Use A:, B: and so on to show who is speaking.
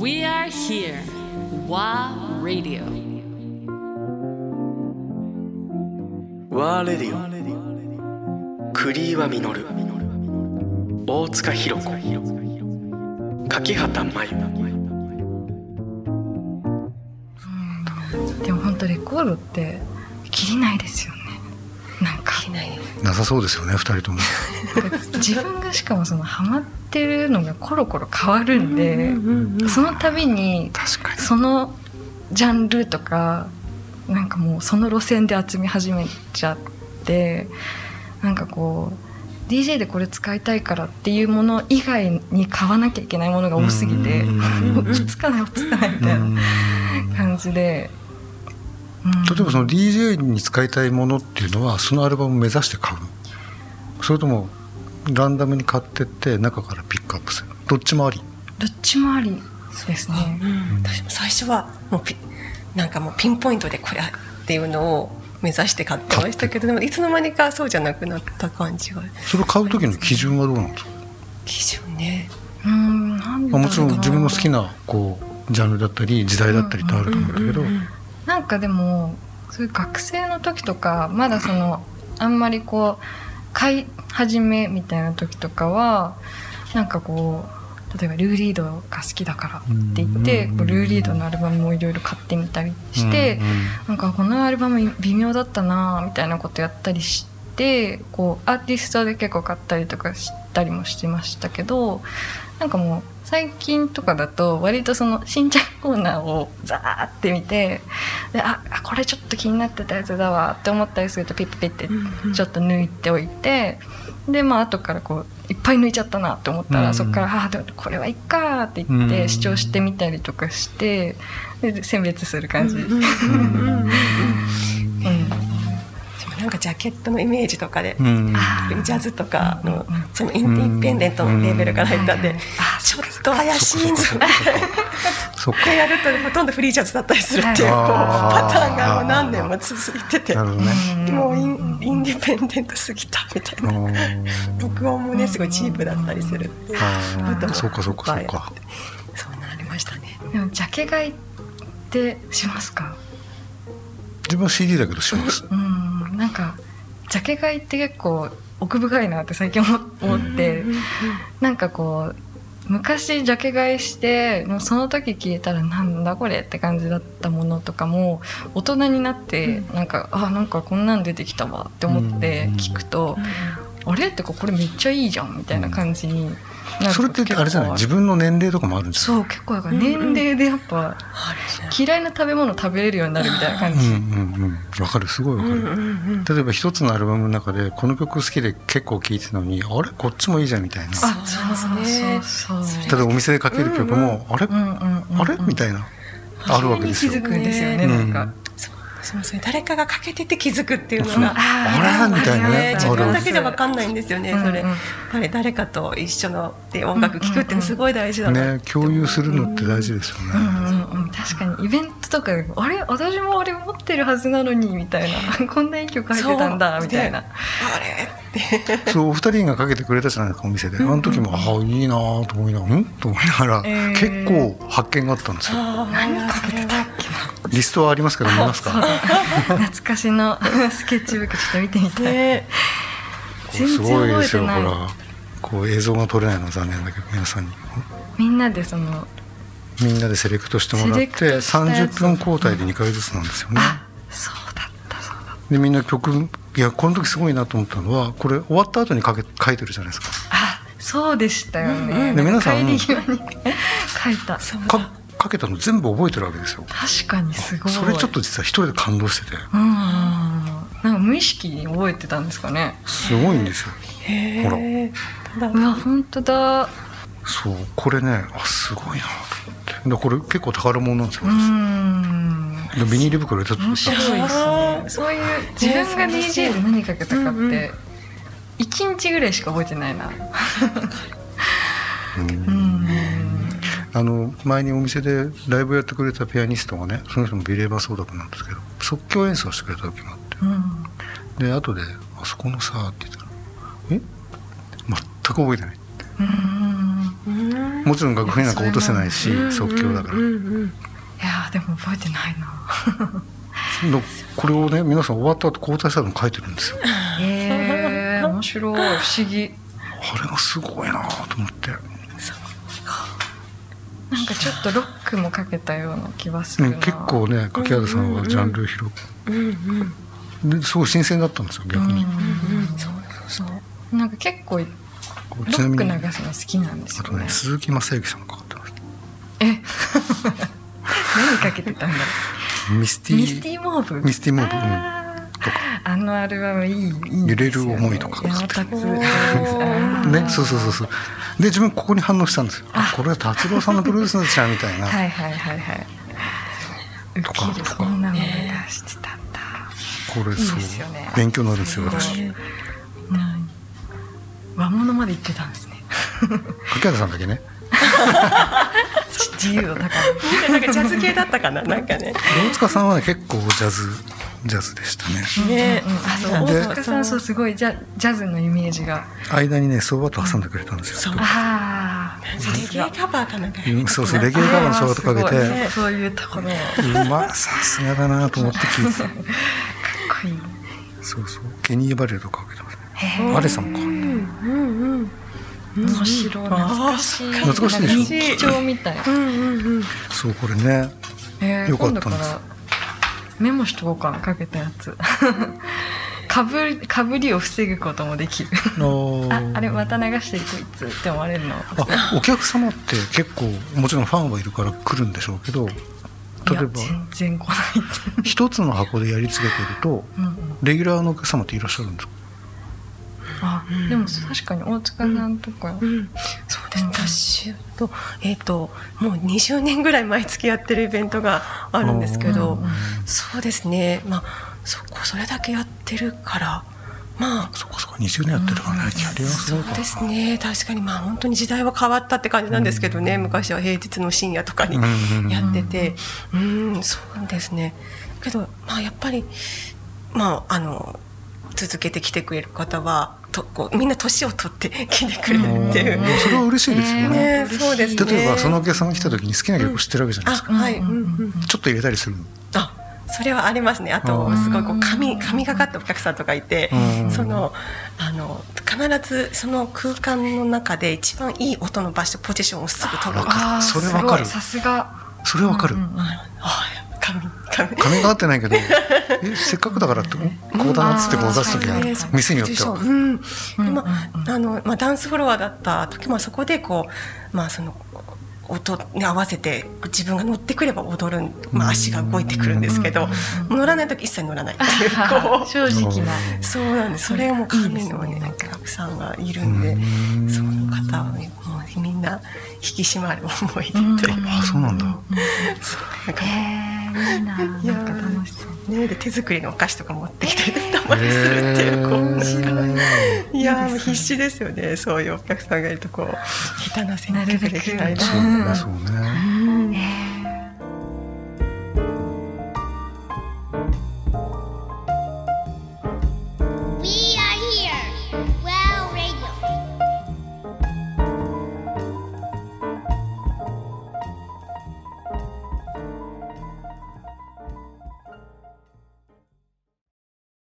A: We are here. WA Radio.
B: ワーレディオ栗岩実大塚弘子柿畑真由
C: でも本当レコードって切りないですよねなんか
D: なさそうですよね二人とも
C: 自分がしかもそのハマってるのがコロコロ変わるんでその度に
D: 確か
C: そのジャンルとかなんかもうその路線で集め始めちゃってなんかこう DJ でこれ使いたいからっていうもの以外に買わなきゃいけないものが多すぎて
D: うん
C: もう落ち着かない落ち着かないみたいな感じで。うん
D: 例えばその DJ に使いたいものっていうのはそのアルバムを目指して買うのそれともランダムに買ってって中からピックアップするどっちもあり
C: どっちもありですね。
E: 私も最初はもうピなんかもうピンポイントでこれっていうのを目指して買ってましたけどでもいつの間にかそうじゃなくなった感じが
D: それを買う時の基準はどうなんですか、
E: 基準ね
C: うん、なんだろうな
D: まあ、もちろん自分の好きなこうジャンルだったり時代だったりってあると思うんだけど、
C: なんかでもそういう学生の時とかまだそのあんまりこう買い始めみたいな時とかはなんかこう例えばルーリードが好きだからって言って
D: うん
C: こうルーリードのアルバムをいろいろ買ってみたりして、
D: うんうん
C: なんかこのアルバム微妙だったなみたいなことやったりしてこうアーティストで結構買ったりとかしたりもしてましたけどなんかもう最近とかだと割とその新着コーナーをザーって見てでああこれちょっと気になってたやつだわって思ったりするとピッピッってちょっと抜いておいてでまあ後からこういっぱい抜いちゃったなって思ったら、
D: うん
C: そこから「ああでもこれはいっか」って言っ
D: う
C: て
D: ん
C: 主張してみたりとかしてで選別する感じ。うん
E: でもなんかジャケットのイメージとかで、
D: うん
E: ジャズとかの
C: うん
E: そのインディペンデントのレーベルから入ったんで、
C: うん
E: あちょっと怪しいんじゃない
D: そっか
E: ってやるとほとんどフリージャズだったりするっていうこう
D: はい
E: パターンがもう何年も続いてて
D: なるほどね
E: もうインインディペンデントすぎたみたいな録音もねすごいチープだったりするっていう
D: あ
E: こと
D: ー
E: も
D: そうかそうかそうか
E: そうなりましたね
C: でもジャケ買いってしますか
D: 自分は CD だけどします
C: うんなんかジャケ買いって結構奥深いなって最近思思って、なんかこう昔ジャケ買いしてもうその時聞いたらなんだこれって感じだったものとかも大人になって、なんかあなんかこんなん出てきたわって思って聞くと、あれってかこれめっちゃいいじゃんみたいな感じになること
D: それってあれじゃな
C: 結
D: い
C: 構
D: 自分の年齢とかもあるんですよ
C: そう結構だから年齢でやっぱ嫌いな食べ物食べれるようになるみたいな感
D: うん
C: じ、
D: うんうんわかるすごいわかる、例えば一つのアルバムの中でこの曲好きで結構聴いてたのにあれこっちもいいじゃんみたいな
C: あそうそうそう
D: 例えばお店でかける曲も、あれ、
C: うんうんうん
D: あれみたいなあるわけですよ
C: 気づくんですよね、
D: うん
C: なんか
E: そう私もそれ誰かがかけてて気づくっていうの
D: そう
E: が
D: あれみたいな
E: ね
D: ね
C: あります
E: 自
D: あ
E: 分
D: る
E: だけじゃ分かんないんですよね
C: うん
E: それ
C: うん
E: やっぱり誰かと一緒ので音楽聴くっていうのすごい大事だな
D: ね共有するのって大事ですよね、
C: うんうんうん、確かにイベントとかでもあれ私もあれ持ってるはずなのにみたいなこんないい曲入ってたんだ
E: そう
C: みたいな
E: あれ
D: そうお二人がかけてくれたじゃないですかお店で、あの時もああいいなぁと思いながらんと思いながら、
C: えー
D: 結構発見があったんですよ
C: 何かけてたっけ
D: リストはありますけど見ますか
C: な懐かし のスケッチブックちょっと見てみたい、
E: ね
D: こうすごいですよ
C: 全然覚えてない
D: ほらこう映像が撮れないのは残念だけど皆さんに
C: みんなでその
D: みんなでセレクトしてもらっ
C: セレ
D: て
C: クトしたやつ
D: 30分交代で2回ずつなんですよね
C: あそうだったそうだっ
D: でみんな曲いやこの時すごいなと思ったのはこれ終わった後にかけ書いてるじゃないですか
C: たあそうでしたよね、
D: で皆さん
C: 帰り際に書いた確
D: かかけたの全部覚えてるわけですよ
C: かにすごい
D: それちょっと実は一人で感動してて
C: うんなんか無意識に覚えてたんですかね
D: すごいんですよほら
C: うわ本当だ
D: そうこれねあすごいなと思ってでこれ結構宝物なんですよ
C: う、ん
D: でビニール袋入れてたん
C: 面
D: ですよ
C: 白いですねそういう自分が DJ で何かけたかって一日ぐらいしか覚えてないな
D: あの前にお店でライブやってくれたピアニストがねその人もビレーバーソーダ君なんですけど即興演奏してくれた時があって
C: うん
D: で後で「あそこのさ」って言ったら「え全く覚えてない」
C: うん
D: 「もちろん楽譜になんか落とせないし即興だから、
E: うんうん
C: いやーでも覚えてないな
D: のこれをね皆さん終わった後交代したの書いてるんですよあ
C: え ー、面白い不思議
D: れがすごいなと思って、
C: なんかちょっとロックもかけたような気はす
D: う
C: る
D: ん
C: な、、
D: 結構ね柿原さんはジャンル広く、ですごい新鮮だったんですよ逆に、
E: うんそうそうそう
C: なんか結構ロ
D: こうちな
C: ッ
D: み
C: ク
D: に
C: 流すの好きなんです
D: あ
C: よ
D: と
C: ね
D: ね鈴木雅之さんが書ってました
C: 何かけてたんだろ
D: ミステ
C: う
D: ィ
C: ミスティーモーブ
D: ミスティモーブ
C: あーあのアルバムいいいいんですよね
D: 揺れる思いとか
C: 山達
E: おー
D: ね、そうそうそうそうで自分ここに反応したんですよあこれは達郎さんのプロデュースなんじゃんみたいな、
C: はいはいはいはい。ウ
D: とか
C: ケる
D: とか
C: そんなの目出してたんだ。
D: これ
C: いい
D: そう
C: ですよね
D: 勉強になるんですよ
C: す
D: 私
C: ごいうん和物まで行ってたんですね。
D: 柿原さんだけね
C: 自由を高め
E: なんかジャズ系だったかななんかね
D: 大塚さんはね結構ジャズジャズでしたね
E: ね
C: うんうんあそう
D: で
C: 大塚さんそうすごいジャジャズのイメージが。
D: 間にね相場と挟んでくれたんですよ
C: ああ。
E: レゲエカバーかなんか
D: うんそうそうレゲエ
C: 映
D: カバーの相場とかけて
C: そうそういうところかっ
D: うまさすがだなと思って聞いてた
C: こいい。
D: そうそうケニー・バレルとかかけてますねアレさんか
C: 面白い懐かしい。
D: 懐かしいでしょ
C: 日記帳みたい。
D: そうこれね
C: えー、
D: よかっ
C: 今
D: たん
C: 度
D: です
C: からメモしとこうかなかけたやつ かぶりかぶりを防ぐこともできる
D: あの
C: ああれまた流していこいつって思われるの
D: あお客様って結構もちろんファンはいるから来るんでしょうけど例
C: いや
D: えば
C: 全然来ないって
D: 一つの箱でやり続けてると
C: うん、うん、
D: レギュラーのお客様っていらっしゃるんですか
C: あでも確かに大塚さんとか、
E: うん、そうです私と,、えー、ともう20年ぐらい毎月やってるイベントがあるんですけど、
D: うん
E: そうですねまあそこそれだけやってるからまあ
D: そこそこ20年やってるからねキャリアはす
E: そ
D: ご
E: う
D: いか
E: ですね確かにまあ本当に時代は変わったって感じなんですけどね、昔は平日の深夜とかに
D: うんうん
E: やっててうんそうですねけどまあやっぱりまああの続けてきてくれる方はとこうみんな年を取って来てくれるっていう。
D: もうそれは嬉しいですよね
E: ね、そうですね。
D: 例えばそのお客様が来た時に好きな曲知ってるわけじゃない
E: あ、
D: ですか
E: はい、
C: うんうんうん
D: ちょっと入れたりするの
E: あ、それはありますね。あ
D: う
E: と
D: ん
E: すごいこう髪髪がかったお客さんとかいて
D: う、ん
E: そのあの必ずその空間の中で一番いい音の場所ポジションをすぐ取る。
D: あ
C: ー
D: それわかる
C: すごいさすが
D: それわかる
C: うんうん
E: ああ髪髪。
D: 金が合ってないけどえせっかくだからってこうだなっつってこう出す時は
E: そうです
D: 店によって
E: ポ
D: は
E: ジションうん
C: うん
E: でまああのまあダンスフロアだった時もそこでこうまあその音に合わせて自分が乗ってくれば踊るん、まあ、足が動いてくるんですけど乗らない時一切乗らないっていうこう
C: 正直な
E: そうなんです。それはもう神のね、お客さんがいるんで、その方はねもうみんな引き締まる思い出という
D: あそうなんだ
E: そうなんか
C: えー、いいななんか楽しそう
E: ねで手作りのお菓子とか持ってきてたまにするっていうこ
D: へ
E: ういやーもう必死ですよね。そういうお客さんがいるとこう下手なせに
C: なるべく
E: できないな
D: そうねそうね